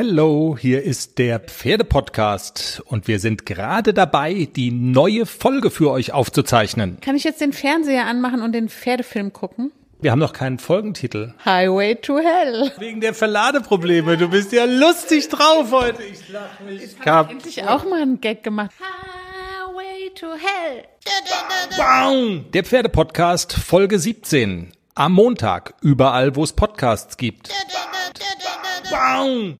Hello, hier ist der Pferdepodcast und wir sind gerade dabei, die neue Folge für euch aufzuzeichnen. Kann ich jetzt den Fernseher anmachen und den Pferdefilm gucken? Wir haben noch keinen Folgentitel. Highway to Hell. Wegen der Verladeprobleme, du bist ja lustig drauf heute. Ich lach mich kaputt. Endlich auch mal einen Gag gemacht. Highway to Hell. Bang! Der Pferdepodcast Folge 17. Am Montag, überall wo es Podcasts gibt. Bang!